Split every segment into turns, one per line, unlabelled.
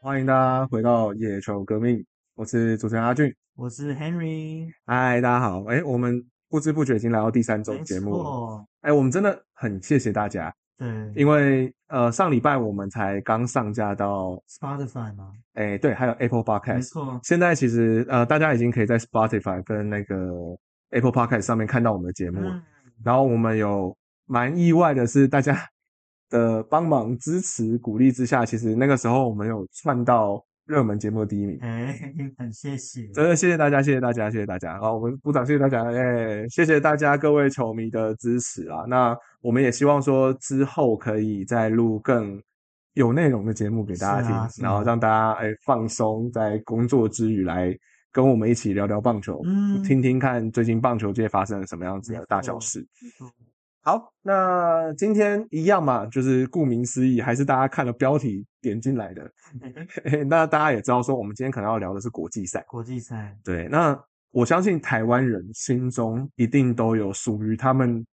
欢迎大家回到野球革命，我是主持人阿俊。
我是 Henry，
嗨，大家好！哎，我们不知不觉已经来到第三周
没
节目了。
错，
哎，我们真的很谢谢大家，
对
因为呃上礼拜我们才刚上架到，
，Spotify 嘛，
哎对，还有 Apple
没
Podcast。
错，
现在其实呃大家已经可以在 Spotify 跟那个 Apple Podcast 上面看到我们的节目了。
嗯，
然后我们有蛮意外的是，大家的帮忙支持鼓励之下，其实那个时候我们有窜到热门节目的第一名。
哎， 很谢谢，
真的谢谢大家，谢谢大家，谢谢大家。好，我们鼓掌，谢谢大家，哎、谢谢大家各位球迷的支持啊。那我们也希望说之后可以再录更有内容的节目给大家
是
听，
啊是啊
然后让大家哎、放松，在工作之余来跟我们一起聊聊棒球，
嗯
听听看最近棒球界发生了什么样子的大小事。
没错
好，那今天一样嘛，就是顾名思义，还是大家看了标题点进来的。 那大家也知道说，我们今天可能要聊的是国际赛。
国际赛，
对，那我相信台湾人心中一定都有属于他们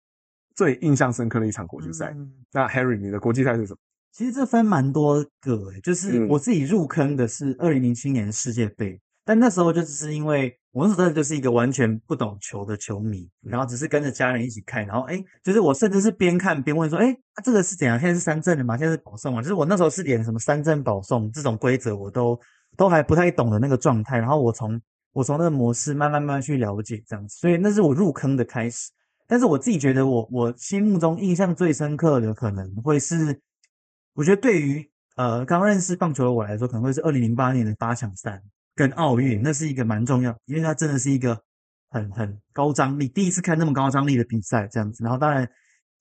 最印象深刻的一场国际赛。
嗯
那 Harry，你的国际赛是什么？
其实这分蛮多个诶，就是
嗯
我自己入坑的是二零零七年世界杯，但那时候就只是因为我那时候真的就是一个完全不懂球的球迷，然后只是跟着家人一起看，然后哎，就是我甚至是边看边问说，哎，啊这个是怎样？现在是三振的吗？现在是保送吗？就是我那时候是连什么三振保送这种规则我都都还不太懂的那个状态，然后我从我从那个模式慢慢慢慢去了解这样子，所以那是我入坑的开始。但是我自己觉得我，我心目中印象最深刻的可能会是，我觉得对于呃刚认识棒球的我来说，可能会是二零零八年的八强赛跟奥运，那是一个蛮重要，因为它真的是一个很很高张力，第一次看那么高张力的比赛这样子。然后当然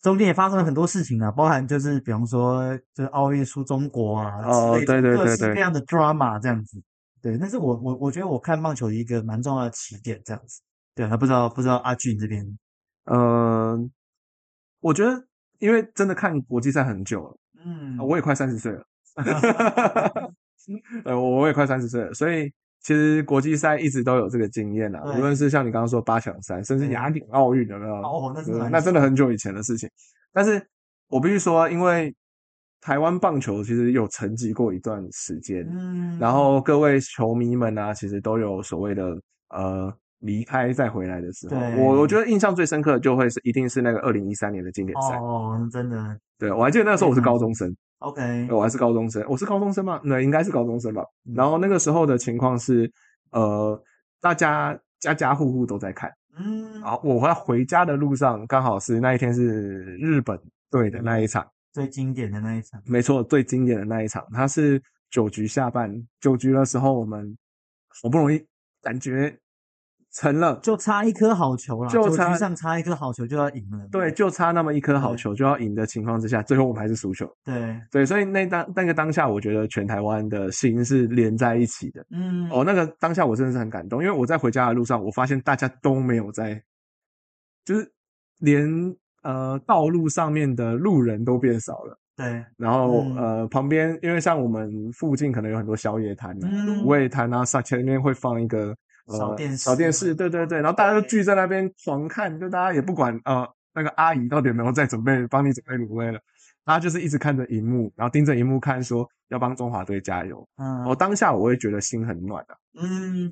中间也发生了很多事情啊，包含就是比方说就是奥运输中国啊
哦
之类的
对对
各
对
式
对
各样的 drama 这样子。对，但是我我我觉得我看棒球的一个蛮重要的起点这样子。对，还不知道不知道阿俊这边
嗯、我觉得因为真的看国际赛很久了，
嗯，
啊我也快三十岁 了，呃，我我也快三十岁了，所以。其实国际赛一直都有这个经验啦，啊
对
无论是像你刚刚说八强赛，甚至
对
雅典奥运，有没有？
哦，那是
嗯
蛮
那真的很久以前的事情。但是我必须说，因为台湾棒球其实有沉寂过一段时间，
嗯，
然后各位球迷们啊，其实都有所谓的呃离开再回来的时候。
对
我我觉得印象最深刻的就会是一定是那个二零一三年的经典赛。
哦，那真的
对我还记得那时候我是高中生，
OK，
我还是高中生，我是高中生吗？那应该是高中生吧。
嗯
然后那个时候的情况是，呃，大家家家户户都在看。
嗯，
然后我要回家的路上，刚好是那一天是日本队的那一场，
最经典的那一场，
没错，最经典的那一场，它是九局下半，九局的时候我们好不容易感觉成了，
就差一颗好球了，
就
九局
差
上差一颗好球就要赢了，
对，就差那么一颗好球就要赢的情况之下，最后我们还是输球。
对，
对，所以那当那个当下，我觉得全台湾的心是连在一起的。
嗯，
哦，那个当下我真的是很感动，因为我在回家的路上，我发现大家都没有在，就是连呃道路上面的路人都变少了。
对，
然后、
嗯
呃，旁边因为像我们附近可能有很多宵夜摊、啊、卤
嗯
味摊啊，上前面会放一个、呃、
小电视
小电视，对对对，然后大家就聚在那边狂看，就大家也不管呃那个阿姨到底有没有在准备帮你准备卤味了，大家就是一直看着荧幕，然后盯着荧幕看，说要帮中华队加油。
嗯，
我、当下我会觉得心很暖啊。
嗯，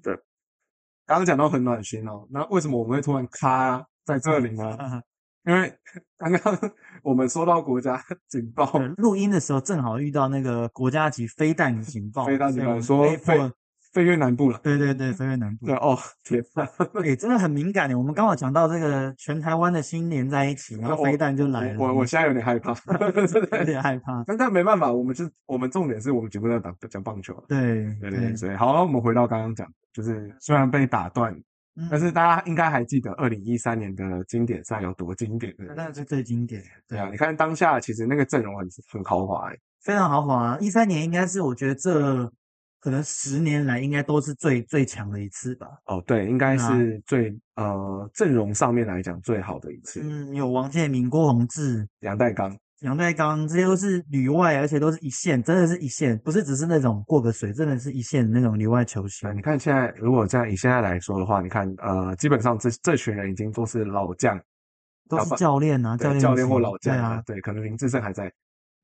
刚刚讲到很暖心哦，那为什么我们会突然咔在这里呢？
嗯
因为刚刚 我们收到国家警报，
对录音的时候正好遇到那个国家级飞弹警报，
飞弹警
所以
报
我们
说
被
飞
迫
飞越南部了。
对对对，飞越南部
对，哦，天哪！
对，真的很敏感的。欸我们刚好讲到这个全台湾的心连在一起，然后
我
飞弹就来了，
我我我现在有点害怕，
有点害怕。
但但没办法，我们就是我们重点是我们节目在讲讲棒球，
对
对对对，所以好，我们回到刚刚讲，就是虽然被打断，
嗯
但是大家应该还记得二零一三年的经典赛有多经典，对不对
那是最经典，
嗯对啊，你看当下其实那个阵容很很豪华、欸，
非常豪华、啊。一三年应该是我觉得这可能十年来应该都是最最强的一次吧。
哦，对，应该
对啊
是最、呃阵容上面来讲最好的一次，
嗯，有王建民、郭宏志、
杨代刚，
杨代刚，这些都是里外，而且都是一线，真的是一线，不是只是那种过个水，真的是一线的那种里外球星
对，。你看现在如果这样以现在来说的话，你看呃基本上这这群人已经都是老将。
都
老
是
板
教练啊，
对
教练
教练或
级
老将
对
啊
啊，，
对，可能林志胜还在。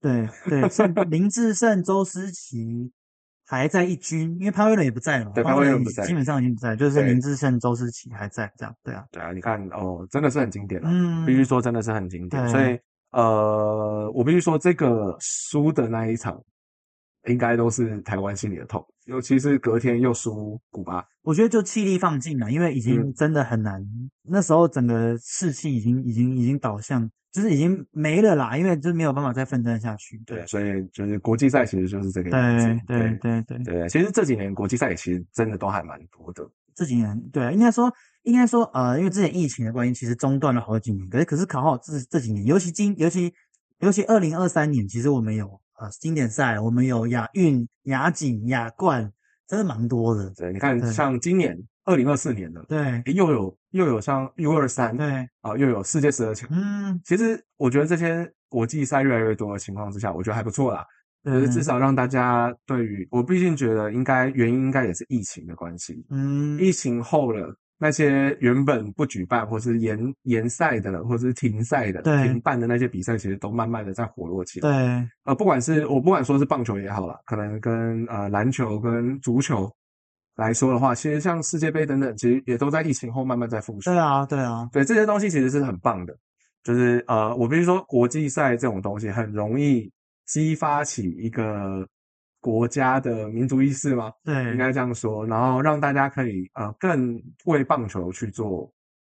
对对，像林志胜、周思齐，还在一军，因为潘威伦也不在了嘛，
对
潘
潘威伦
已
不在
基本上已经不在，就是
对
林志胜、周思齐还在这样，对啊，
对啊，你看哦，真的是很经典了、
嗯，
必须说真的是很经典。
对
所以呃，我必须说这个输的那一场，应该都是台湾心里的痛，尤其是隔天又输古巴，
我觉得就气力放尽了，因为已经
嗯
真的很难。那时候整个士气已经已经已经导向，就是已经没了啦，因为就是没有办法再奋战下去。
对，所以就是国际赛其实就是这个样子
对，对对对，
对对，其实这几年国际赛其实真的都还蛮多的，
这几年对，应该说应该说呃，因为之前疫情的关系，其实中断了好几年。可是可是考好这这几年，尤其今尤其尤其二零二三年，其实我们有呃经典赛，我们有亚运、亚锦、亚冠，真的蛮多的。
对，你看
对
像今年二零二四年的，
对
诶又有又有像 U 二三
对，
啊，又有世界十二强。
嗯，
其实我觉得这些国际赛越来越多的情况之下，我觉得还不错啦。可是
对
至少让大家对于我，毕竟觉得应该原因应该也是疫情的关系。
嗯
疫情后了，那些原本不举办或是延延赛的，或是停赛的、
对
停办的那些比赛，其实都慢慢的在活络起来。
对。
呃，不管是我不管说是棒球也好啦，可能跟呃篮球跟足球来说的话，其实像世界杯等等，其实也都在疫情后慢慢在复苏。
对啊，对啊，
对这些东西其实是很棒的，就是呃，我必须说国际赛这种东西很容易激发起一个国家的民族意识吗？
对，
应该这样说，然后让大家可以呃更为棒球去做，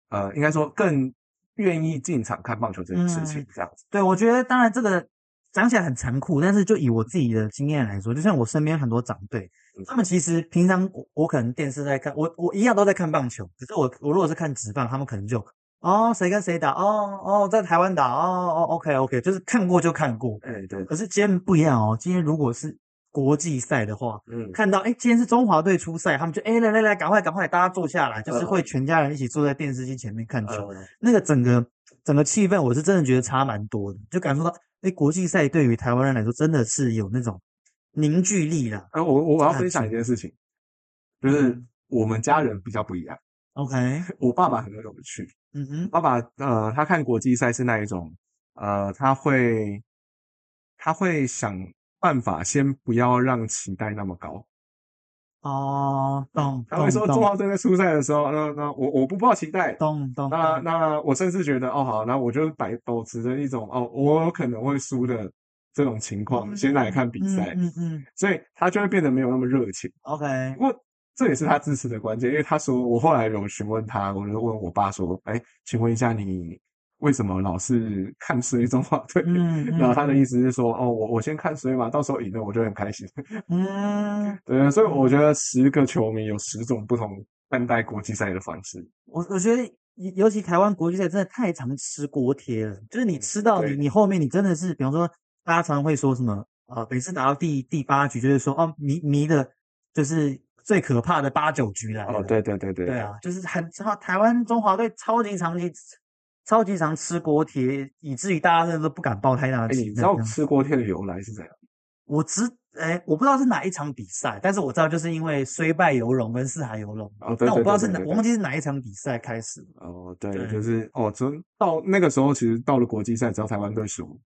呃，应该说更愿意进场看棒球这件事情，
嗯
这样子。
对，我觉得当然这个讲起来很残酷，但是就以我自己的经验来说，就像我身边很多长辈
嗯，
他们其实平常我我可能电视在看，我我一样都在看棒球，可是我我如果是看直棒，他们可能就哦谁跟谁打，哦哦在台湾打，哦哦 OK OK，就是看过就看过。
哎，对，
可是今天不一样哦，今天如果是国际赛的话，
嗯，
看到哎，诶今天是中华队出赛，他们就哎来来来，赶快赶快，大家坐下来，就是
嗯
会全家人一起坐在电视机前面看球。
呃，
那个整个整个气氛，我是真的觉得差蛮多的，就感受到，哎，国际赛对于台湾人来说真的是有那种凝聚力啦。
呃我我我要
啊
分享一件事情，就是
嗯
我们家人比较不一样，
OK，
我爸爸很有趣，
嗯哼，
爸爸呃，他看国际赛是那一种，呃，他会他会想办法先不要让期待那么高。
哦，懂，
他会
懂，
说中
懂，
华队在出赛的时候，那那我我不抱期待。
懂，懂，嗯
那
懂
那我甚至觉得哦好，那我就摆保持着一种哦我有可能会输的这种情况，
嗯
先来看比赛，
嗯嗯嗯
所以他就会变得没有那么热情。
，OK，嗯
不过这也是他支持的关键，因为他说我后来有询问他，我就问我爸说：“哎，请问一下你为什么老是看衰中华队？”
嗯，
然后他的意
思，
思是说：“哦，我我先看衰嘛，到时候赢了我就很开心。
嗯，”
对，所以我觉得十个球迷有十种不同看待国际赛的方式。
我我觉得。尤尤其台湾国际赛真的太常吃锅贴了，就是你吃到你
嗯对
你后面你真的是，比方说大家常会说什么呃，每次打到第第八局就是说哦迷迷的，就是最可怕的八九局来了。
哦，对对对对
对啊，就是很超台湾中华队超级长期超级常吃锅贴，以至于大家真的都不敢抱太大
哎，
的期
你知
待。
道
这样
吃锅贴的由来是怎样？
我知哎，我不知道是哪一场比赛，但是我知道就是因为虽败犹荣跟四海游龙，
哦，对
但我
对
不知道
对
是
对
哪，
对
我忘记是哪一场比赛开始的。
哦，对，
对
就是哦，从到那个时候，其实到了国际赛，只要台湾队输，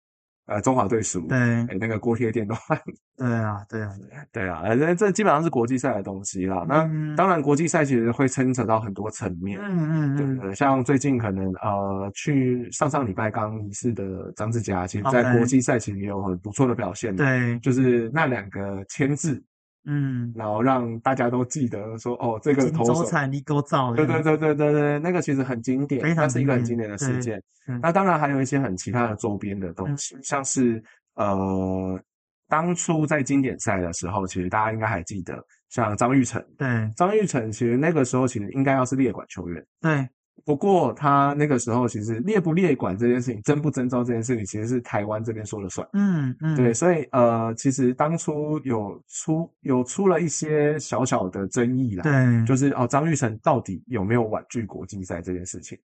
呃，中华队输，
对
哎，那个锅贴店都换
对啊，对啊，
对啊，呃这这基本上是国际赛的东西啦。那
嗯
当然，国际赛其实会牵扯到很多层面。
嗯
对
嗯嗯，
对，像最近可能呃，去上上礼拜刚离世的张志佳，其实在
OK
国际赛其实也有很不错的表现。，
哦对，
就是那两个签字，
嗯，
然后让大家都记得说，哦，这个
锦
投
州
手，
产地沟造，
对对对对对对，那个其实很经典，
非常
那是一个很经
经典
典的事
对
件
嗯。
那当然还有一些很其他的周边的东西，像是呃，当初在经典赛的时候，其实大家应该还记得，像张玉成，
对
张玉成其实那个时候其实应该要是列管球员，
对，
不过他那个时候其实列不列管这件事情，征不征召这件事情，其实是台湾这边说了算。
嗯嗯，
对，所以呃，其实当初有出有出了一些小小的争议啦，
对，
就是哦，张玉成到底有没有婉拒国际赛这件事情？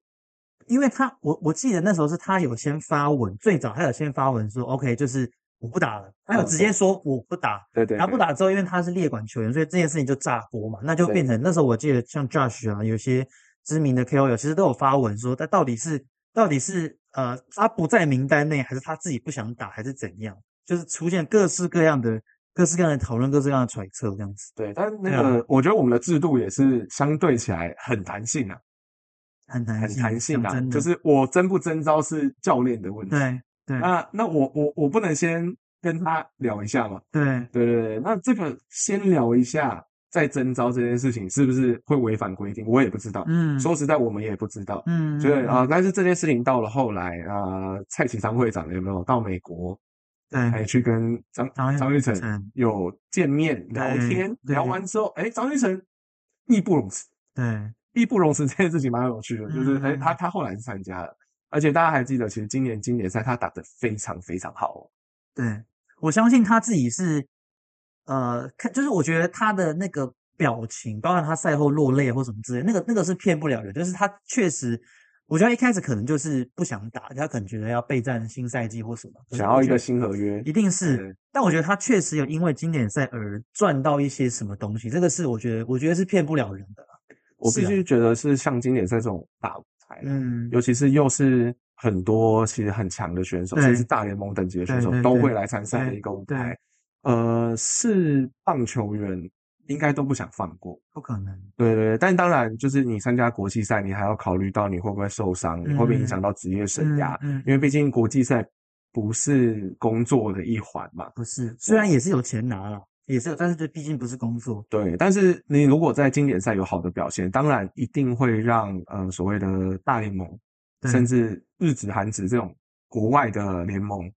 因为他我我记得那时候是他有先发文，最早他有先发文说 OK，就是我不打了，他有直
哦
接说我不打，
对对，
然后不打之后，因为他是列管球员，所以这件事情就炸锅嘛，那就变成那时候我记得像 Josh 啊，有些知名的 KOL 其实都有发文说，他到底是到底是呃他不在名单内，还是他自己不想打，还是怎样，就是出现各式各样的各式各样的讨论，各式各样的揣测这样子。
对，但是那
对啊
个、我觉得我们的制度也是相对起来很弹性啊，
很弹
很
性，
弹性
讲
啊
真，的
就是我征不征招是教练的问题。
对对
那那我我我不能先跟他聊一下嘛？
对
对对对，那这个先聊一下再征招这件事情是不是会违反规定？我也不知道。
嗯
说实在，我们也不知道。
嗯，
所以
嗯
啊、但是这件事情到了后来啊、呃蔡启昌会长有没有到美国，
对
还去跟张
张
张
玉
玉成
成
有见面聊
对
天？
对
聊完之后，哎，张玉成义不容辞，
对
义不容辞 这件事情蛮有趣的，就是哎，
嗯
他他后来是参加了，而且大家还记得，其实今年经典赛他打得非常非常好、哦。
对，我相信他自己是，呃，看就是我觉得他的那个表情，包括他赛后落泪或什么之类，那个那个是骗不了人，就是他确实，我觉得一开始可能就是不想打，他可能觉得要备战新赛季或什么，可是
想
我
要一
觉
个
得
新合约，
一定是
对，
但我觉得他确实有因为经典赛而赚到一些什么东西，这个是我觉得我觉得是骗不了人的啦，
我
是
必
啊
须觉得是像经典赛这种大舞台，
嗯，
尤其是又是很多其实很强的选手，
对
甚至是大联盟等级的选手
对对
都
对
会来参赛的一个舞台。呃，是棒球员应该都不想放过。
不可能，
对对对，但当然就是你参加国际赛，你还要考虑到你会不会受伤，你会不会影响到职业生涯，
嗯，嗯
因为毕竟国际赛不是工作的一环嘛。
不是，虽然也是有钱拿了，也是有，但是这毕竟不是工作，
对，但是你如果在经典赛有好的表现，当然一定会让呃所谓的大联盟，
对
甚至日职、韩职这种国外的联盟，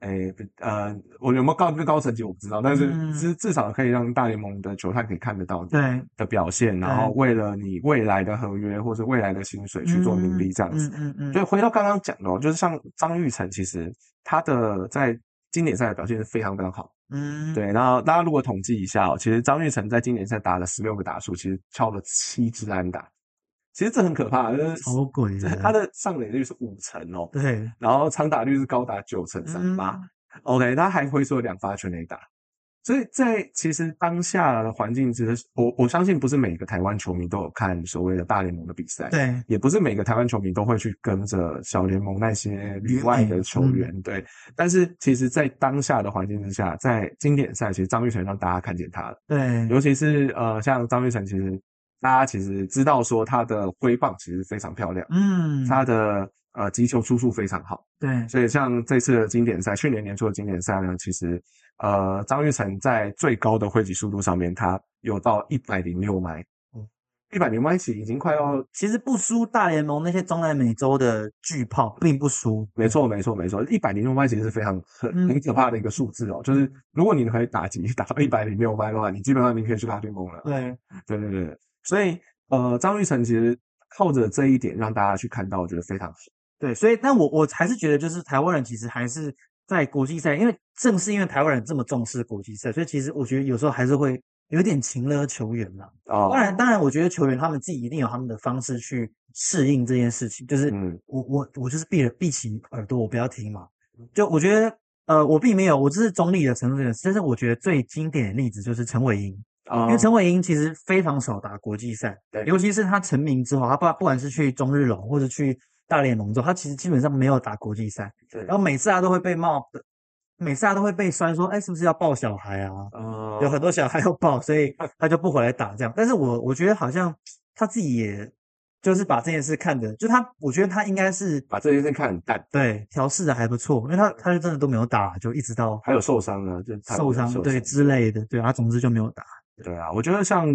诶不呃，我有没有高更高层级我不知道，但是
嗯
至至少可以让大联盟的球探可以看得到你
对，
的表现，然后为了你未来的合约或者未来的薪水去做努力这样子。
嗯嗯嗯，
所以回到刚刚讲的、哦，就是像张玉成，其实他的在经典赛的表现是非常非常好。
嗯，
对，然后大家如果统计一下哦，其实张玉成在今年赛打了十六个打数，其实敲了七支安打，其实这很可怕，就是
超鬼的，
他的上垒率是五成哦，
对
然后长打率是高达九成三八、
嗯
OK，他还挥出了两发全垒打，所以在其实当下的环境之，我我相信不是每个台湾球迷都有看所谓的大联盟的比赛，
嗯对
也不是每个台湾球迷都会去跟着小联盟那些里外的球
嗯
员，对。但是其实，在当下的环境之下，在经典赛，其实张玉成让大家看见他了，
对
尤其是呃，像张玉成，其实大家其实知道说他的挥棒其实非常漂亮，
嗯，
他的呃击球出速非常好，
对
所以像这次的经典赛，去年年初的经典赛呢，其实呃张玉成在最高的挥击速度上面，他有到一百零六迈
嗯，
一百零迈起已经快要
其实不输大联盟那些中南美洲的巨炮，并不输，
没错，没错，没错，一百零六迈其实是非常很
嗯
很可怕的一个数字哦。就是如果你可以打击 打到一百零六迈的话，你基本上你可以去拉丁工了。
对
对对对，所以呃，张玉成其实靠着这一点让大家去看到，我觉得非常好。
对，所以但我我还是觉得，就是台湾人其实还是在国际赛，因为正是因为台湾人这么重视国际赛，所以其实我觉得有时候还是会有点情勒球员啦。
哦，
当然，当然，我觉得球员他们自己一定有他们的方式去适应这件事情。就是
嗯
我我我就是闭了闭起耳朵，我不要听嘛。就我觉得，呃，我并没有，我这是中立的程度的，但是我觉得最经典的例子就是陈伟英，
啊
因为陈伟英其实非常少打国际赛
对，
尤其是他成名之后，他不不管是去中日龙或者去大联盟之后，他其实基本上没有打国际赛，
对
然后每次他都会被骂，每次他都会被酸说，哎，是不是要抱小孩啊？
呃
有很多小孩要抱，所 以他就不回来打这样。但是我我觉得好像他自己也就是把这件事看的，就他我觉得他应该是
把这件事看很淡，
对调试的还不错，因为他他就真的都没有打，就一直到
还有受伤啊，就他
受伤对之类的，对他总之就没有打。
对啊，我觉得像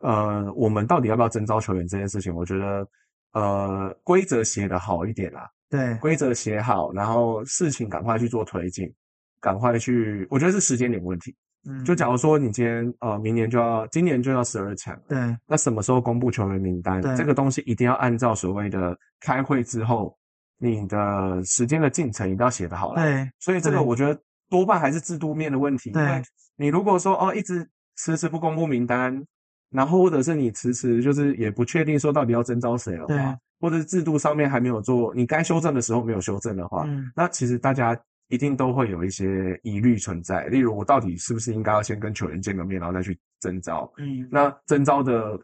呃，我们到底要不要征召球员这件事情，我觉得呃，规则写得好一点啦、
对
规则写好，然后事情赶快去做推进，赶快去，我觉得是时间点问题。
嗯
就假如说你今天呃，明年就要，今年就要十二强，
对
那什么时候公布球员名单
对？
这个东西一定要按照所谓的开会之后，你的时间的进程一定要写得好啦。
对
所以这个
对
我觉得多半还是制度面的问题。因
对
为你如果说哦，一直迟迟不公布名单，然后或者是你迟迟就是也不确定说到底要征召谁的
对
话，或者是制度上面还没有做，你该修正的时候没有修正的话，
嗯
那其实大家一定都会有一些疑虑存在。例如，我到底是不是应该要先跟球员见个面，然后再去征召？
嗯
那征召的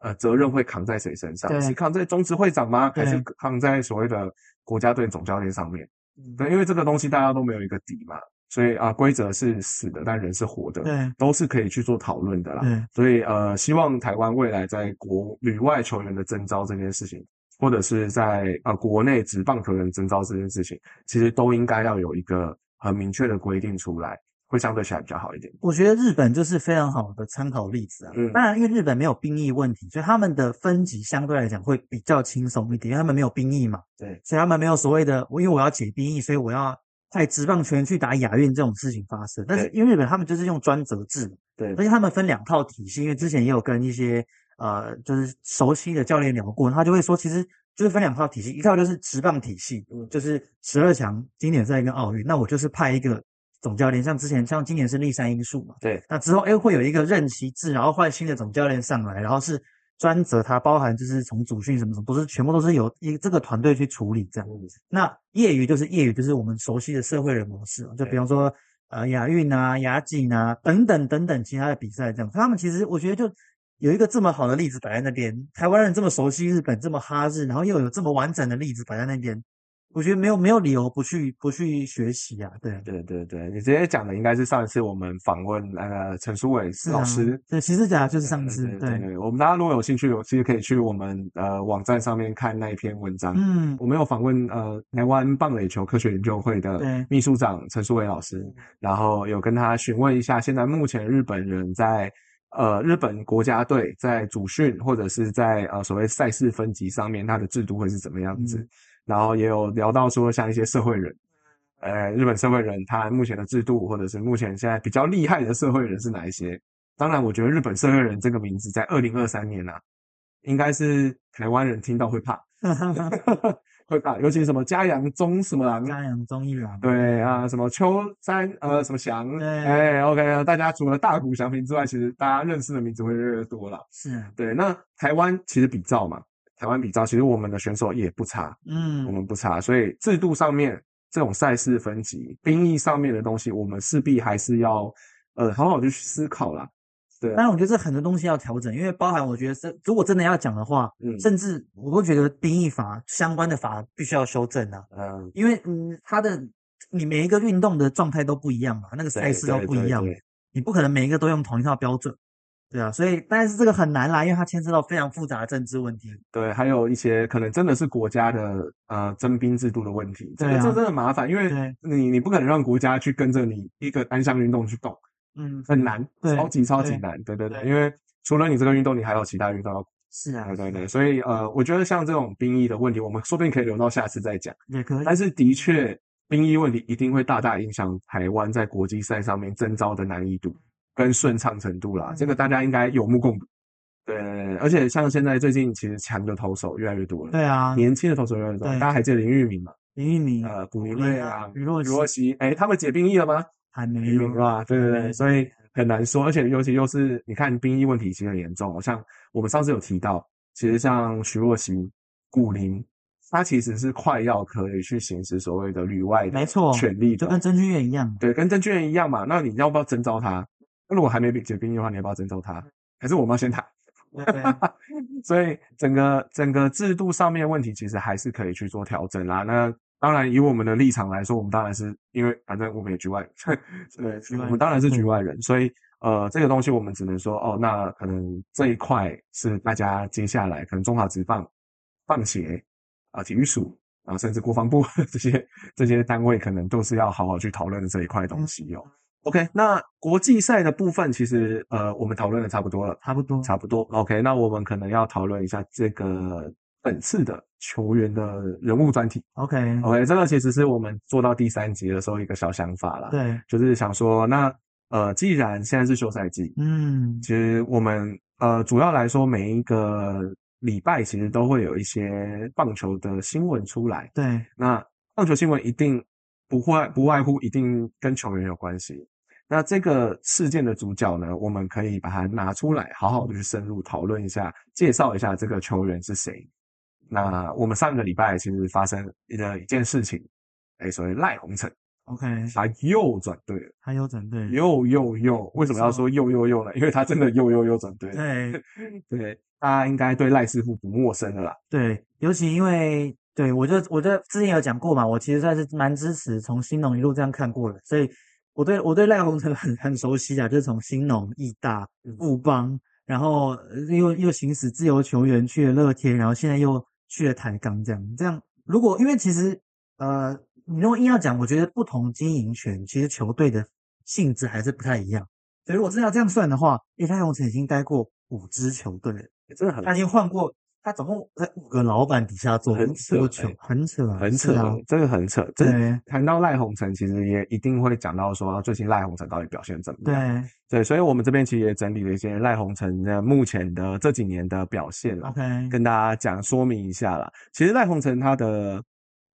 呃责任会扛在谁身
对
上？是扛在中职会长吗？还是
对
扛在所谓的国家队总教练上面？
嗯
对，因为这个东西大家都没有一个底嘛。所以啊，规则是死的，但人是活的，
对
都是可以去做讨论的啦。
对，
所以呃，希望台湾未来在国旅外球员的征召这件事情，或者是在呃国内职棒球员征召这件事情，其实都应该要有一个很明确的规定出来，会相对起来比较好一点。
我觉得日本就是非常好的参考例子啊。
嗯
当然，因为日本没有兵役问题，所以他们的分级相对来讲会比较轻松一点，因为他们没有兵役嘛。
对，
所以他们没有所谓的，我因为我要解兵役，所以我要派职棒球员去打亚运这种事情发生。但是
对
因为日本他们就是用专责制嘛，
对
而且他们分两套体系，因为之前也有跟一些呃就是熟悉的教练聊过，他就会说其实。就是分两套体系，一套就是职棒体系，
嗯
就是十二强经典赛跟奥运，那我就是派一个总教练，像之前像今年是立山英树嘛，
对，
那之后哎会有一个任期制，然后换新的总教练上来，然后是专责他，包含就是从主训什么什么，都是全部都是由一这个团队去处理这样。
嗯
那业余就是业余，就是我们熟悉的社会人模式嘛，就比方说呃亚运啊、亚锦啊等等等等其他的比赛这样。所以他们其实我觉得就有一个这么好的例子摆在那边，台湾人这么熟悉日本，这么哈日，然后又有这么完整的例子摆在那边，我觉得没有没有理由不去不去学习啊，对。
对对对，你直接讲的应该是上一次我们访问那个陈淑伟
是
老
啊
师，，
对，其实讲就是上次，
对对对，我们大家如果有兴趣，有其实可以去我们呃网站上面看那一篇文章。
嗯，
我们有访问呃台湾棒垒球科学研究会的
对嗯
秘书长陈淑伟老师，然后有跟他询问一下，现在目前日本人在呃日本国家队在主训或者是在呃所谓赛事分级上面，它的制度会是怎么样子？
嗯
然后也有聊到说，像一些社会人，呃，日本社会人他目前的制度，或者是目前现在比较厉害的社会人是哪一些？当然，我觉得日本社会人这个名字在二零二三年啊，应该是台湾人听到会怕， 会怕，尤其什么嘉阳中什么郎
嘉阳综艺郎，
对啊，什么秋山呃什么翔，
对
哎，OK，大家除了大谷翔平之外，其实大家认识的名字会越来越多了。
是啊，
对，那台湾其实比照嘛，台湾比照，其实我们的选手也不差，我
嗯，
们不差，所以制度上面这种赛事分级、兵役上面的东西，我们势必还是要呃好好地去思考啦。对
当
啊，
然我觉得这很多东西要调整，因为包含我觉得这如果真的要讲的话，
嗯
甚至我都觉得兵役法相关的法必须要修正啊，
嗯，
因为嗯，它的你每一个运动的状态都不一样嘛，那
对
个赛事都
对
不一
对
样嘛
对，
你不可能每一个都用同一套标准，对啊，所以但是这个很难啦，因为它牵涉到非常复杂的政治问题，
对，还有一些可能真的是国家的呃征兵制度的问题，这个
对啊
这真的麻烦，因为
对
你你不可能让国家去跟着你一个单项运动去动，
嗯，
很难，
对
超级超级
对
难，对对对，
对
因为除了你这个运动，你还有其他运动要
是啊
对，对对，所以呃，我觉得像这种兵役的问题，我们说不定可以留到下次再讲，
也可以，
但是的确兵役问题一定会大大影响台湾在国际赛上面征召的难易度跟顺畅程度
嗯
啦，这个大家应该有目共睹。对，对对对而且像现在最近其实强的投手越来越多了，
对啊，
年轻的投手越来越多，
对
大家还记得林玉明嘛？
林玉明、
呃，古
古
明
林
瑞
啊
啊，
于若
吕若曦，哎，他们解兵役了吗？
还没
移
有
民吧，对对
对
对，所以很难说，而且尤其又是你看兵役问题其实很严重哦，像我们上次有提到，其实像徐若曦、古林，他其实是快要可以去行使所谓的旅外的
没错，
权利
就
的
跟，曾俊乐一样，
对，跟郑俊元一样嘛。那你要不要征召他？那如果还没解兵役的话，你要不要征召他？还是我们要先谈？
对对
所以整个整个制度上面的问题，其实还是可以去做调整啦。那当然，以我们的立场来说，我们当然是因为反正我们也局外人， 对，
局外人嗯
我们当然是局外人，所以呃，这个东西我们只能说哦，那可能这一块是大家接下来可能中华职棒、棒协啊、体育署啊，甚至国防部 这些这些单位，可能都是要好好去讨论这一块东西
嗯
哦。OK，那国际赛的部分，其实呃，我们讨论的差不多了。
差不多，
差不多。OK，那我们可能要讨论一下这个本次的球员的人物专题。
OK，
OK，这个其实是我们做到第三集的时候一个小想法啦，
对，
就是想说，那呃，既然现在是休赛季，
嗯
其，实我们呃主要来说，每一个礼拜其实都会有一些棒球的新闻出来。
对，
那棒球新闻一定不会不外乎一定跟球员有关系。那这个事件的主角呢，我们可以把它拿出来，好好的去深入讨论一下，介绍一下这个球员是谁。那我们上个礼拜其实发生的一件事情，哎，所谓赖鸿成
OK，
他又转队了，
还有整队，
又又又，为什么要说又又又呢？因为他真的又又又转队了，
对
对，大家应该对赖师傅不陌生的啦，
对，尤其因为对我就我就之前有讲过嘛，我其实算是蛮支持从新农一路这样看过了，所以我对我对赖鸿成 很很熟悉啊，就是从兴农、义大、富邦，然后呃又又行使自由球员去了乐天，然后现在又去了台钢，这样这样。如果因为其实呃，你如果硬要讲，我觉得不同经营权其实球队的性质还是不太一样。所以如果真的要这样算的话，诶，赖鸿成已经待过五支球队了，
真的很
他已经换过，他总共在五个老板底下做
很扯
多球
欸，
很扯啊，
很
是
扯哎哦
啊，，
真的很扯。这
对
谈到赖鸿成，其实也一定会讲到说最近赖鸿成到底表现怎么样。
对
对，所以我们这边其实也整理了一些赖鸿成的目前的这几年的表现啦。
，OK，
啊
嗯
跟大家讲说明一下啦。其实赖鸿成他的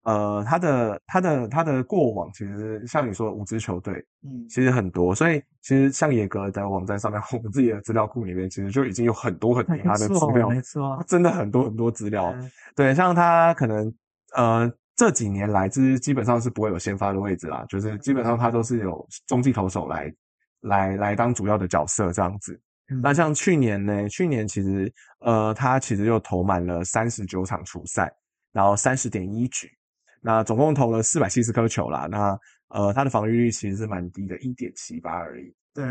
呃他的他的他的过往，其实像你说的五支球队
嗯
其实很多，所以其实像野格的网站上面， 我们自己的资料库里面其实就已经有很多很多
没
他的资
错
料，
没错，
真的很多很多资料。
嗯
对，像他可能呃这几年来，就是基本上是不会有先发的位置啦，就是基本上他都是有中继投手来来来当主要的角色这样子。
嗯
那像去年呢，去年其实呃，他其实又投满了三十九场初赛，然后三十点一局，那总共投了四百七十颗球啦。那呃，他的防御率其实是蛮低的，一点七八而已。
对，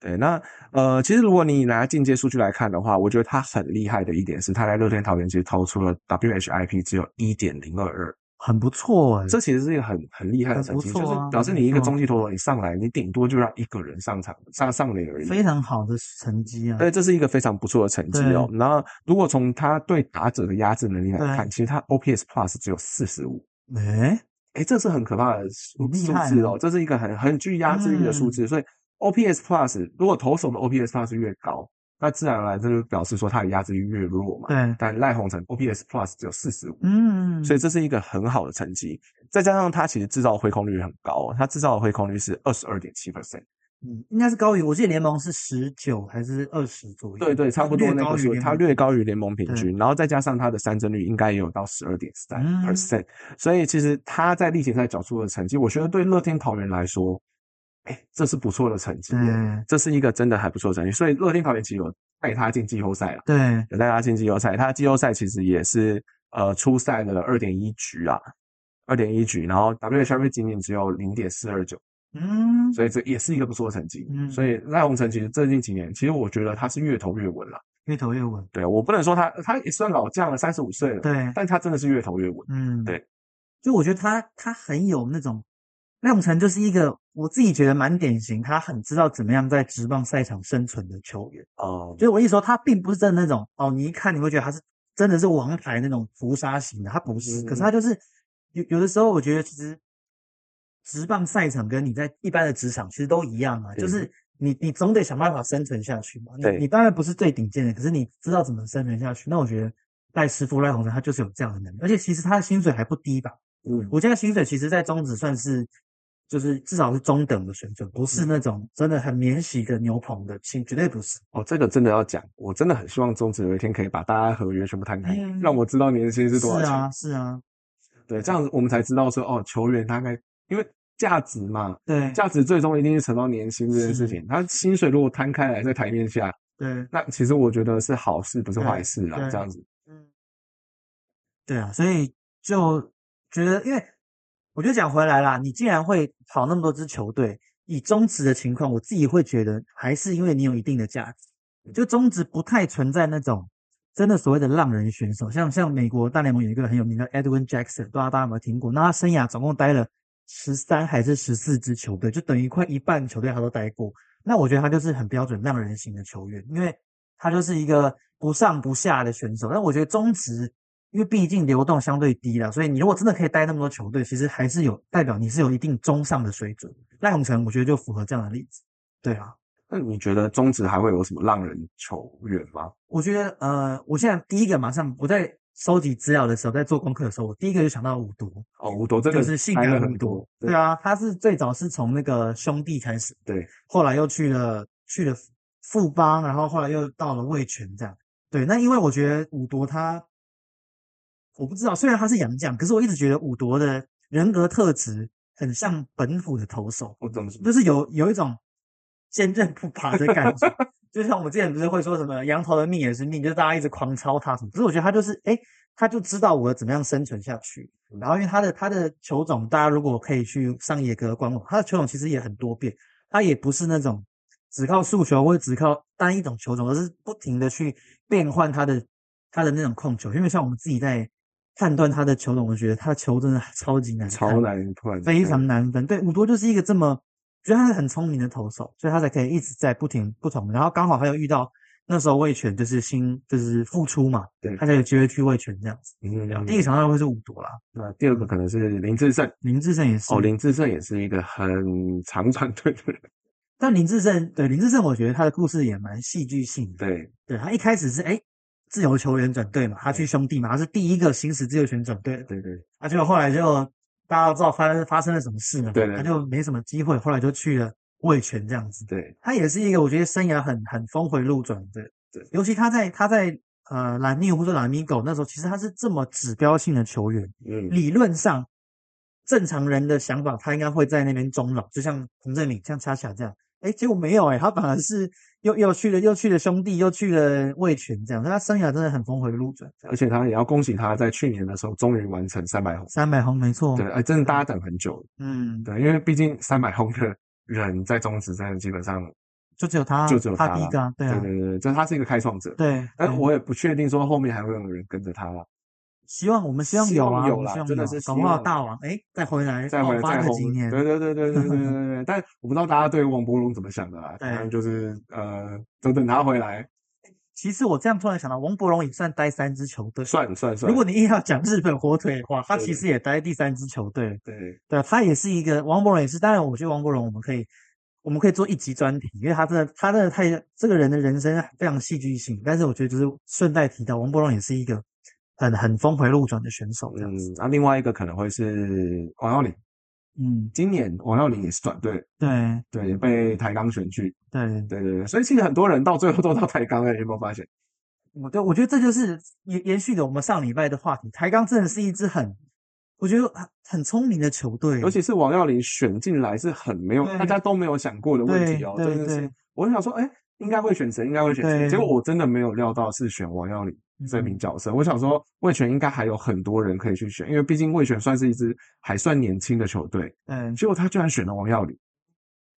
对，那呃，其实如果你拿进阶数据来看的话，我觉得他很厉害的一点是，他在乐天桃园其实投出了 WHIP 只有一点零二二，
很不错哎、
这其实是一个很很厉害的
很
成
不
绩，
错
就是
啊
表示
很
你
不
一个
错
中继投手你上来，你顶多就让一个人上场上上垒而已，
非常好的成绩啊，
对，这是一个非常不错的成绩哦。然后，如果从他对打者的压制能力来看，
对
其实他 OPS Plus 只有四十五，
哎、
哎，这是很可怕的数
很厉
数
害嗯
字
啊
哦，这是一个很很具压制力的数字。所以 OPS Plus 如果投手的 OPS Plus 越高，那自然而然这就表示说他的压制力越弱嘛。
对，
但赖鸿成 OPS Plus 只有四十五，
嗯，
所以这是一个很好的成绩。再加上他其实制造的挥空率很高哦，他制造的挥空率是二十二点七 percent。
嗯应该是高于，我记得联盟是十九还是二十左右，
对对，差不多
略
那
高
个
于
数，
联
它
盟
略高于联盟平均，然后再加上它的三振率应该也有到十二点三
嗯
percent，所以其实他在例行赛缴出的成绩，我觉得对乐天桃园来说，哎，这是不错的成绩耶，
对
这是一个真的还不错的成绩，所以乐天桃园其实有带他进季后赛了，
对，
有带他进季后赛，他季后赛其实也是呃初赛的二点一局啊。二点一局，然后 WHIP 仅仅只有零点四二九，
嗯，
所以这也是一个不错的成绩。
嗯
所以赖鸿成其实最近几年，其实我觉得他是越投越稳了。
越投越稳，
对我不能说他，他也算老将了，三十五岁了，
对，
但他真的是越投越稳。
嗯，
对，
就我觉得他他很有那种赖永成就是一个我自己觉得蛮典型，他很知道怎么样在职棒赛场生存的球员。
哦、
就是我一说，他并不是真的那种哦，你一看你会觉得他是真的是王牌那种屠杀型的，他不是。
嗯
可是他就是有有的时候，我觉得其实职棒赛场跟你在一般的职场其实都一样啊，
对
就是你你总得想办法生存下去嘛。你
对
你当然不是最顶尖的，可是你知道怎么生存下去。那我觉得赖师傅赖鸿成他就是有这样的能力，而且其实他的薪水还不低吧？
嗯，
我现在薪水其实，在中职算是。就是至少是中等的水准，不是
嗯
那种真的很免洗的牛棚的薪，绝对不是。
哦，这个真的要讲，我真的很希望中职有一天可以把大家合约全部摊开，
嗯
让我知道年薪是多少钱。
啊，是啊，
对，这样子我们才知道说，哦，球员大概因为价值嘛，
对
价值最终一定是乘到年薪这件事
是
情。他薪水如果摊开来在台面下，
对，
那其实我觉得是好事，不是
对
坏事啦。
对
这样子，
嗯，对啊，所以就觉得，因为我就讲回来啦，你既然会跑那么多支球队，以中职的情况，我自己会觉得还是因为你有一定的价值，就中职不太存在那种。真的所谓的浪人选手，像像美国大联盟有一个很有名的 Edwin Jackson，不知道大家有没有听过？那他生涯总共待了十三还是十四支球队，就等于快一半球队他都待过。那我觉得他就是很标准浪人型的球员，因为他就是一个不上不下的选手。但我觉得中职，因为毕竟流动相对低了，所以你如果真的可以带那么多球队，其实还是有代表你是有一定中上的水准。赖鸿成我觉得就符合这样的例子。对啊，
那你觉得中职还会有什么浪人球员吗？
我觉得呃，我现在第一个马上我在收集资料的时候，在做功课的时候，我第一个就想到五毒，
哦，吴铎真的
就是信
拍了
仰
很
五毒。
对
对啊，他是最早是从那个兄弟开始，
对，
后来又去了去了富邦，然后后来又到了味全这样。对，那因为我觉得五夺他，我不知道，虽然他是洋将，可是我一直觉得五夺的人格特质很像本土的投手，
我怎么说？
就是有有一种坚韧不拔的感觉。 就像我们之前不是会说什么羊头的命也是命，就是大家一直狂抄他什么。可是我觉得他就是哎，他就知道我怎么样生存下去。然后因为他的他的球种，大家如果可以去上野格官网，他的球种其实也很多变，他也不是那种只靠速球或者只靠单一种球种，而是不停的去变换他的他的那种控球。因为像我们自己在判断他的球种，我觉得他的球真的超级难，
超，难判，
嗯非常难分。对，五多就是一个这么。觉得他是很聪明的投手，所以他才可以一直在不停不同。然后刚好他又遇到那时候魏权就是新就是复出嘛，
对
他才有机会去魏权这样子。
嗯。
第一个想到会是五夺啦，
那第二个可能是林志胜，
林志胜也是
哦，林志胜也是一个很常团队的人，
但林志胜对林志胜，我觉得他的故事也蛮戏剧性的。
对，
对他一开始是哎自由球员转队嘛，他去兄弟嘛，他是第一个行使自由权转队的，
对对
啊，结果后来就大家都知道发生发生了什么事了嘛，
对对
他就没什么机会，后来就去了魏权这样子。
对，
他也是一个我觉得生涯很很峰回路转的，
对
尤其他在他在呃蓝尼或者蓝米狗那时候，其实他是这么指标性的球员，
嗯，
理论上正常人的想法，他应该会在那边终老，就像洪振敏、像恰恰这样，哎，结果没有哎、他反而是又又去了又去了兄弟，又去了魏权这样，他生涯真的很峰回路转。
而且他也要恭喜他在去年的时候终于完成三百轰，
三百红没错，
对，哎，真的大家等很久，
嗯，
对，因为毕竟三百轰的人在中职真的基本上
就只有他，
就只有
他
他
第一
啦
个啊，对
对
啊，
对对，就他是一个开创者，
对，啊
但
对
我也不确定说后面还会有人跟着他了，
希望我们希望
希
有
望
啊，
有
我们
啦
希望
真的
有
是
搞
希
不好
望
大王哎再回来
再回来
爆发
再
个
轰
几，年，
对对对对对对对对 对，但我不知道大家对王柏荣怎么想的啦，
对
反正就是呃，等等他回来，
其实我这样突然想到，王柏荣也算待三支球队。
算算算，
如果你硬要讲日本火腿的话，他
对
其实也待第三支球队。
对
对，他也是一个王柏荣，也是。当然，我觉得王柏荣我们可以我们可以做一集专题，因为他真的他真的太这个人的人生非常戏剧性。但是我觉得就是顺带提到，王柏荣也是一个很很峰回路转的选手这样子。
嗯，那、另外一个可能会是王耀林，
嗯，
今年王耀林也是转队，
对
对，被台钢选去，
嗯对，
对对对，所以其实很多人到最后都到台钢了，你有没有发现？
我对我觉得这就是延延续了我们上礼拜的话题，台钢真的是一支很我觉得很很聪明的球队，
尤其是王耀林选进来是很没有，
对
大家都没有想过的问题哦，
对对
真的是
对，
我就想说，哎，应该会选谁？应该会选谁？
对嗯
结果我真的没有料到是选王耀林这名角色，我想说魏权应该还有很多人可以去选，因为毕竟魏权算是一支还算年轻的球队，
嗯，
结果他居然选了王耀林，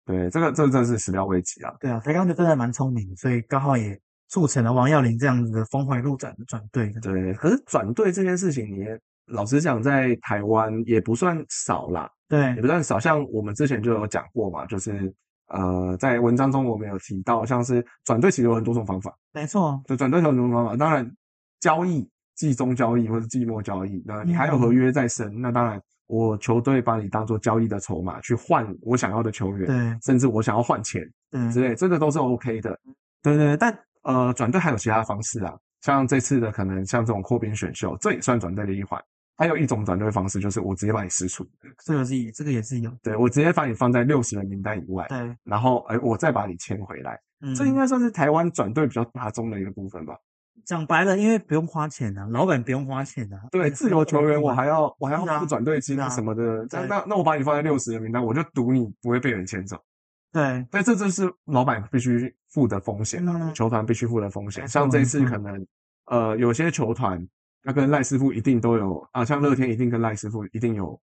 对，这个这个真的是始料未及啊。
对啊，台钢就真的蛮聪明的，所以刚好也促成了王耀林这样子的峰回路转的转队。对
对，可是转队这件事情，你也老实讲，在台湾也不算少啦，也
对
不算少。像我们之前就有讲过嘛，就是呃，在文章中我们有提到，像是转队其实有很多种方法，
没错，
就转队有很多种方法。当然，交易、季中交易或者季末交易，那你还有合约在身，那当然我球队把你当做交易的筹码去换我想要的球员，
对
甚至我想要换钱。
对
之类，这个都是 OK 的。对对，对但呃，转队还有其他方式啊，像这次的可能像这种扩编选秀，这也算转队的一环。还有一种转队方式就是我直接把你释出，
这个是这个也是有
对我直接把你放在六十人名单以外，
对，
然后哎，我再把你签回来。
嗯，
这应该算是台湾转队比较大宗的一个部分吧。
讲白了，因为不用花钱啊，老板不用花钱啊，
对，自由球员我还要我还
是啊
要付转队金
是啊
啊什么的，
对
那那我把你放在六十人名单，我就赌你不会被人签走。
对
但这就是老板必须付的风险啊，
嗯
球团必须付的风险。
没错
像这次
没错
可能，呃，有些球团他跟赖师傅一定都有啊，像乐天一定跟赖师傅一定有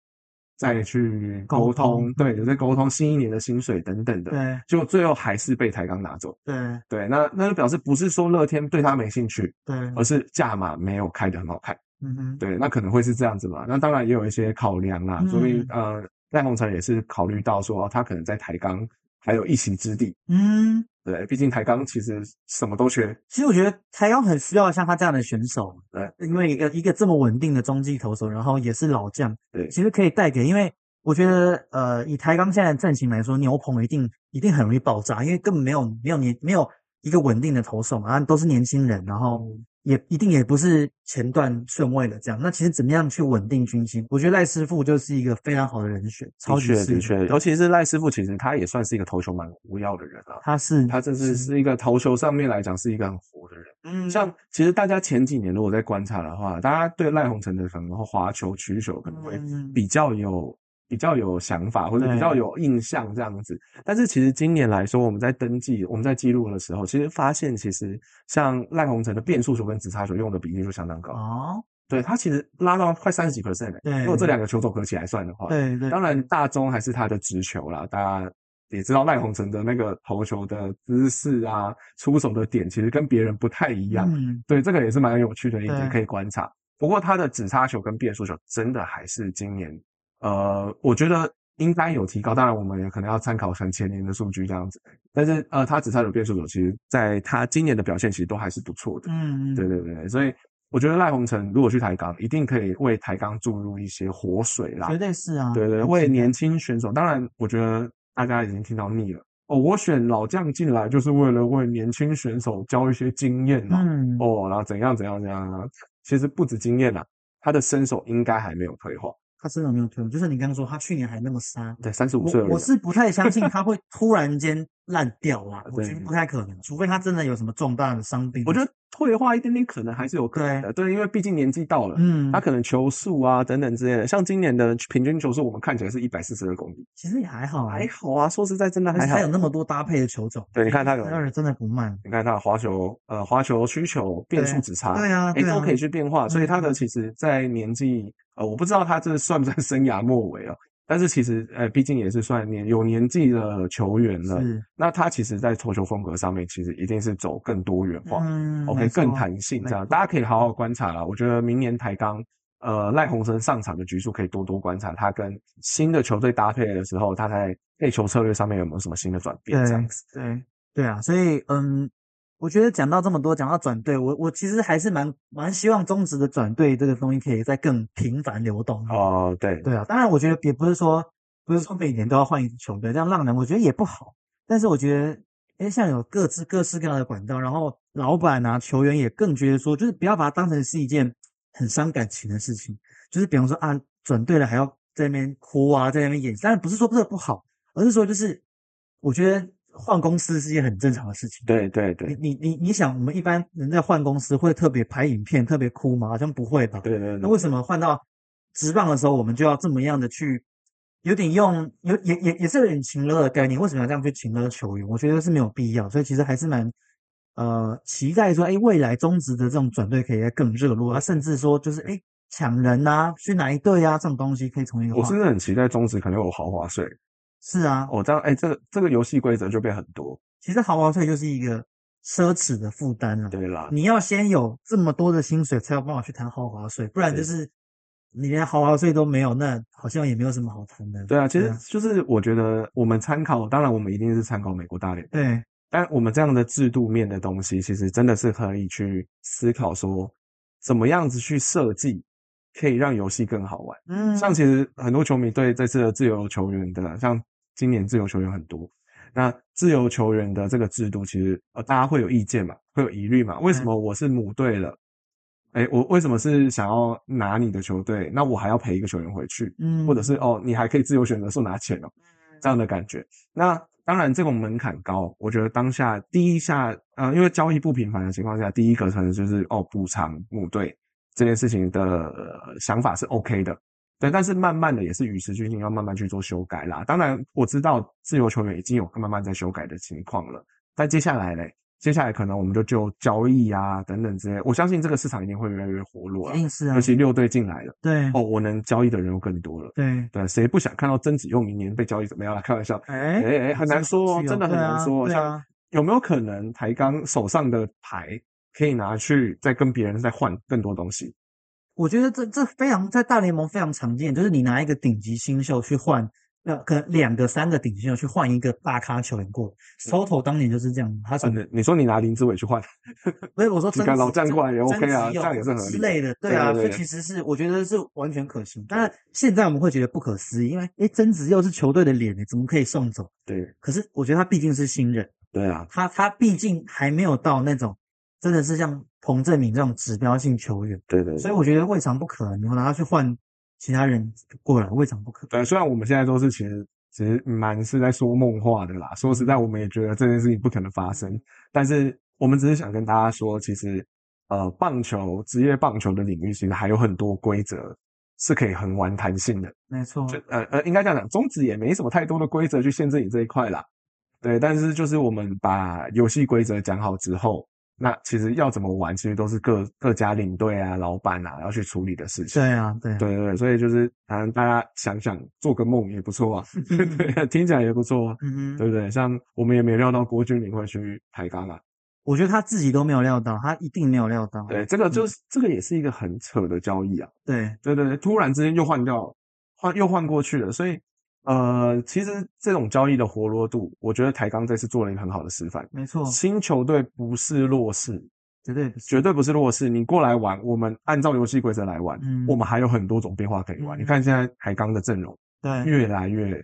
再去沟
沟通
通，对，有在沟通新一年的薪水等等的，
对
结果最后还是被台钢拿走。
对
对，那那就表示不是说乐天对他没兴趣，
对，
而是价码没有开得很好看。
嗯哼，
对，那可能会是这样子嘛。那当然也有一些考量啦，说明
嗯
呃，赖鸿成也是考虑到说、哦他可能在台钢还有一席之地。
嗯。
对，毕竟台钢其实什么都缺。
其实我觉得台湾很需要像他这样的选手，呃
对，
因为一个一个这么稳定的中继投手，然后也是老将，
对
其实可以带给，因为我觉得呃，以台钢现在的阵型来说，牛棚一定一定很容易爆炸，因为根本没有没有年没有一个稳定的投手嘛，然后都是年轻人，然后
嗯
也一定也不是前段顺位的这样。那其实怎么样去稳定军心？我觉得赖师傅就是一个非常好的人选，超级适合，
尤其是赖师傅，其实他也算是一个投球蛮无要的人啊。
他是
他这是是一个投球上面来讲是一个很活的人。
嗯
像其实大家前几年如果在观察的话，大家对赖鸿成的可能会滑球、曲球可能会
嗯
比较有比较有想法或者
对
比较有印象这样子。但是其实今年来说，我们在登记、我们在记录的时候，其实发现其实像赖鸿成的变速球跟直插球用的比例就相当高，
哦，
对它其实拉到快三十几 percent 了。
对
如果这两个球种合起来算的话，
对对，
当然大中还是他的直球啦，大家。也知道赖鸿成的那个投球的姿势啊，出手的点其实跟别人不太一样，
嗯，
对，这个也是蛮有趣的一
对
点可以观察。不过他的直插球跟变速球真的还是今年，呃，我觉得应该有提高。当然，我们也可能要参考成前年的数据这样子。但是，呃，他直插球、变速球，其实在他今年的表现其实都还是不错的。
嗯，嗯
对，对对，所以我觉得赖鸿成如果去台钢，一定可以为台钢注入一些活水啦。
绝对是啊，
对对，
很
为
期待
年轻选手，当然我觉得大家已经听到腻了。哦，我选老将进来就是为了为年轻选手交一些经验嘛。
嗯，
哦，然后怎样怎样怎样啊？其实不止经验啦，他的身手应该还没有退化。
他真的没有退步，就是你刚刚说他去年还那么杀，
对，三十五岁
我
而已
我
啊。
是不 太相信他会突然间烂掉啦，我
对
觉得不太可能，除非他真的有什么重大的伤病。
我觉得退化一点点可能还是有可能的，对，因为毕竟年纪到了，
嗯，
他可能球速啊等等之类的，像今年的平均球速，我们看起来是一百四十二公里，
其实也还好啊，
还好啊，说实在真的
而
还
且
好
他有。那么多搭配的球种，
对，你看他有，
让人真的不慢。
你看他的滑球，呃，滑球、曲球、变速
对
直差，
对啊，
哎，
对啊
都可以去变化，所以他
嗯
的其实，在年纪，呃，我不知道他这算不 算生涯末尾啊，但是其实，呃，毕竟也是算年有年纪的球员了，
是，嗯
那他其实，在投球风格上面，其实一定是走更多元化、
嗯
o k
没错
更弹性这
没
样，
错
大家可以好好观察啦。我觉得明年台钢，呃，赖鸿生上场的局数可以多多观察，他跟新的球队搭配的时候，他在配球策略上面有没有什么新的转变
对
这样子。
对对啊，所以嗯，我觉得讲到这么多，讲到转队，我我其实还是蛮蛮希望中职的转队这个东西可以再更频繁流动。
哦、对，
对啊，当然我觉得也不是说不是说每年都要换一支球队，这样浪人我觉得也不好。但是我觉得，哎，像有各自各式各样的管道，然后老板啊、球员也更觉得说，就是不要把它当成是一件很伤感情的事情。就是比方说啊，转队了还要在那边哭啊，在那边演，当然不是说这个不好，而是说就是我觉得换公司是一件很正常的事情。
对对
你
对
你你你想，我们一般人在换公司会特别拍影片、特别哭吗？好像不会吧？
对对
那
对，
为什么换到直棒的时候，我们就要这么样的去，有点用有也也也是有点情勒的概念？为什么要这样去情勒球员？我觉得是没有必要，所以其实还是蛮呃期待说，哎，未来中职的这种转队可以再更热络啊，甚至说就是哎抢人呐、去哪一队啊这种东西可以重新
我
化
真的很期待中职可能有豪华税。
是啊，
哦，这样，哎，这个这个游戏规则就变很多。
其实豪华税就是一个奢侈的负担啊了、
对啦，
你要先有这么多的薪水，才有办法去谈豪华税，不然就
对
是你连豪华税都没有，那好像也没有什么好谈的。
对啊，其
对
实
啊
就是我觉得我们参考，当然我们一定是参考美国大联盟。
对，
但我们这样的制度面的东西，其实真的是可以去思考说，怎么样子去设计，可以让游戏更好玩。
嗯，
像其实很多球迷对这次的自由球员的，像今年自由球员很多，那自由球员的这个制度，其实呃大家会有意见嘛，会有疑虑嘛？为什么我是母队了？哎，我为什么是想要拿你的球队？那我还要陪一个球员回去？
嗯，
或者是哦，你还可以自由选择说拿钱哦，这样的感觉。那当然，这种门槛高，我觉得当下第一下，呃，因为交易不频繁的情况下，第一个可能就是哦补偿母队这件事情的、呃想法是 OK 的，对。但是慢慢的也是与时俱进，要慢慢去做修改啦。当然，我知道自由球员已经有慢慢在修改的情况了，但接下来嘞。接下来可能我们就就交易啊等等之类，我相信这个市场一定会越来越活络
一
了，
定是啊
尤，其六队进来了，
对
哦，我能交易的人又更多了。
对，
对，谁不想看到曾子佑明年被交易怎么样啦？开玩笑，哎
哎
哎，很难说哦，真的很难说哦。
对
像
啊，
有没有可能台钢手上的牌可以拿去再跟别人再换更多东西？
我觉得这这非常在大联盟非常常见，就是你拿一个顶级新秀去换，呃，可能两个、三个顶级新秀去换一个大咖球员过来。Soto 当年就是这样，他
真
从
的，你说你拿林志伟去换，
不是我说
你
真
看
子
老战
真
过来也
真
OK 啊
子
这
有
样也是合
之
理
类的，对
对
啊，
对
这
对
其实是我觉得是完全可行。当然，现在我们会觉得不可思议，因为哎，曾子佑是球队的脸，欸怎么可以送走？
对
可是我觉得他毕竟是新人，
对啊，
他他毕竟还没有到那种真的是像彭正明这种指标性球员，
对对
所以我觉得未尝不可，你拿他去换其他人过来，未尝不可。
对，虽然我们现在都是其实其实蛮是在说梦话的啦，说实在，我们也觉得这件事情不可能发生，但是我们只是想跟大家说，其实呃，棒球职业棒球的领域其实还有很多规则是可以很玩弹性的。
没错，
就呃呃，应该这样讲，中职也没什么太多的规则去限制你这一块啦。对，但是就是我们把游戏规则讲好之后，那其实要怎么玩，其实都是各各家领队啊、老板啊要去处理的事情。
对啊，对啊，
对对对，所以就是反正大家想想，做个梦也不错啊，对，听起来也不错啊，
嗯
对
哼，
不对？像我们也没料到郭俊霖会去抬杠啊，
我觉得他自己都没有料到，他一定没有料到，
对，这个就是、这个也是一个很扯的交易啊。
对，
对对对，突然之间又换掉，换又换过去了，所以呃，其实这种交易的活络度，我觉得台钢这次做了一个很好的示范。
没错，
新球队不是弱势，
绝对不是，
绝对不是弱势。你过来玩，我们按照游戏规则来玩，
嗯
我们还有很多种变化可以玩。
嗯
你看现在台钢的阵容
对，
越来越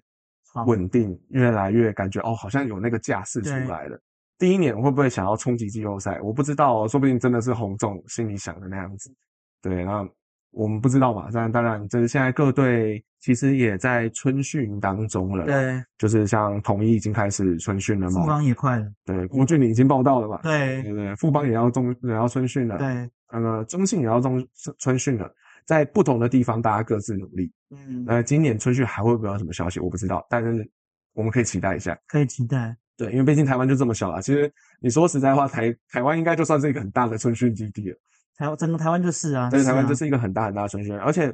好
稳定，越来越感觉哦，好像有那个架势出
对
来了。第一年会不会想要冲击季后赛？我不知道哦，说不定真的是洪总心里想的那样子。对，那我们不知道嘛。但当然，就是现在各队其实也在春训当中了。，
对，
就是像统一已经开始春训了
复
嘛。
方也快了，
对，郭俊霖已经报道了嘛。
对，
对对，富邦也要中也要春训了。，
对，
呃，中信也要中春训了。在不同的地方，大家各自努力。
嗯，
呃，今年春训还会不会有什么消息？我不知道，但是我们可以期待一下。
可以期待，
对，因为毕竟台湾就这么小啦。其实你说实在话，台台湾应该就算是一个很大的春训基地了。
台湾整个台湾就是啊，
对，台湾
啊
就是一个很大很大的春训，而且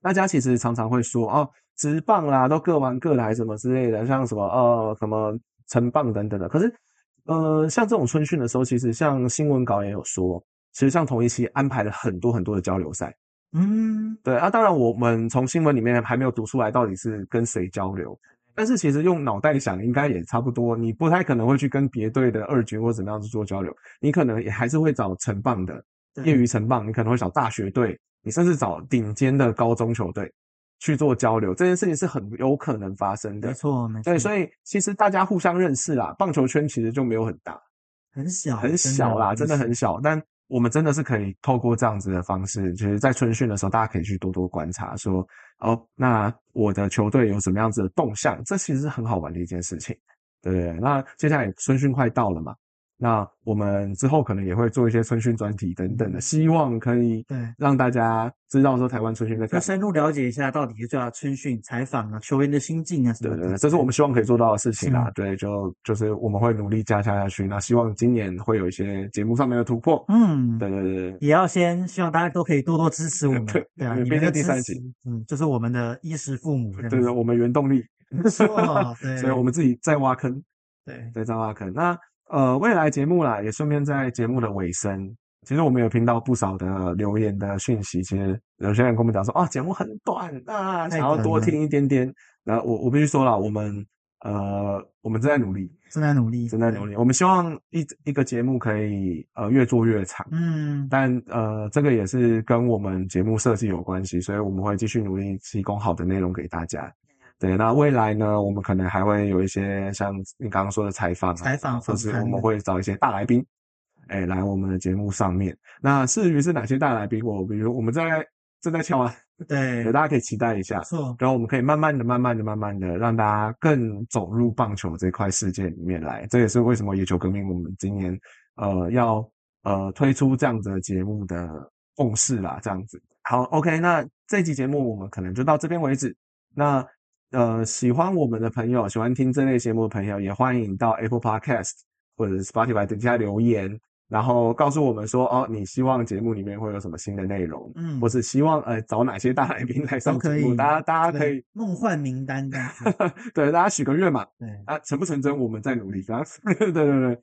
大家其实常常会说哦，直棒啦，都各玩各的，还什么之类的，像什么呃什么成棒等等的。可是呃，像这种春训的时候，其实像新闻稿也有说，其实像同一期安排了很多很多的交流赛。
嗯，
对啊，当然我们从新闻里面还没有读出来到底是跟谁交流，但是其实用脑袋想应该也差不多，你不太可能会去跟别队的二军或怎么样子做交流，你可能也还是会找城棒的
对
业余城棒，你可能会找大学队，你甚至找顶尖的高中球队去做交流，这件事情是很有可能发生
没
的。
错，嗯没错，
对，所以其实大家互相认识啦，棒球圈其实就没有很大，
很小，
很
真的
小啦，真的很小。但我们真的是可以透过这样子的方式，就是在春训的时候，大家可以去多多观察说，哦，那我的球队有什么样子的动向，这其实是很好玩的一件事情，对不对？那接下来春训快到了嘛，那我们之后可能也会做一些春训专题等等的，
嗯
希望可以
对。
让大家知道说台湾春训在
要
干嘛。
深入了解一下到底是叫春训、采访啊、球员的心境啊什
对
么的。
对对，这是我们希望可以做到的事情啦。
嗯
对，就就是我们会努力加强下去。那希望今年会有一些节目上面的突破。
嗯，
对对对对。
也要先希望大家都可以多多支持我们，对啊，
对毕
你
竟
们的
第
支
三
持
集，
嗯，就是我们的衣食父母这样子，
对对，我们原动力，
没错，嗯对，
所以我们自己在挖坑，
对
对，在挖坑。那呃，未来节目啦，也顺便在节目的尾声，其实我们有听到不少的留言的讯息，其实有些人跟我们讲说，啊，节目很短啊，想要多听一点点。然后我我必须说了，我们呃，我们正在努力，
正在努力，
正在努
力，
力。我们希望一一个节目可以呃越做越长。
嗯，
但呃，这个也是跟我们节目设计有关系，所以我们会继续努力提供好的内容给大家。对，那未来呢，我们可能还会有一些像你刚刚说的采访、啊，
采访
或
访
是
谈
我们
的
会找一些大来宾，哎，来我们的节目上面。那至于是哪些大来宾，我比如我们正在正在敲啊，
对，
大家可以期待一下
不。错，
然后我们可以慢慢的、慢慢的、慢慢的让大家更走入棒球这块世界里面来。这也是为什么野球革命我们今年呃要呃推出这样子的节目的共识啦，这样子。好，OK，那这期节目我们可能就到这边为止。那呃，喜欢我们的朋友，喜欢听这类节目的朋友，也欢迎到 Apple Podcast 或者是 Spotify 底下留言，然后告诉我们说哦，你希望节目里面会有什么新的内容。
嗯，
我是希望呃找哪些大来宾来上
都
节
可
目，
以
大家大家
这个
可以
梦幻名单这样子，
对大家许个愿嘛，
对，
啊成不成真我们再努力，然后 对对对，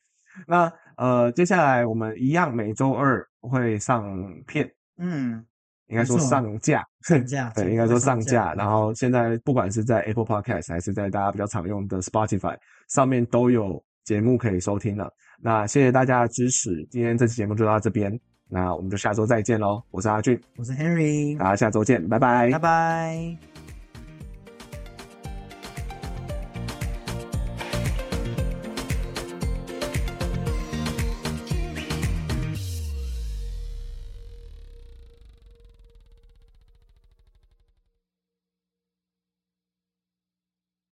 那呃接下来我们一样每周二会上片，
嗯，
应该说
没错
上架，
上架，
对，应该说上架。然
后
后现在不管是在 Apple Podcast 还是在大家比较常用的 Spotify 上面都有节目可以收听了。那谢谢大家的支持，今天这期节目就到这边，那我们就下周再见喽。我是阿俊，
我是 Henry，
大家下周见，拜拜
拜拜。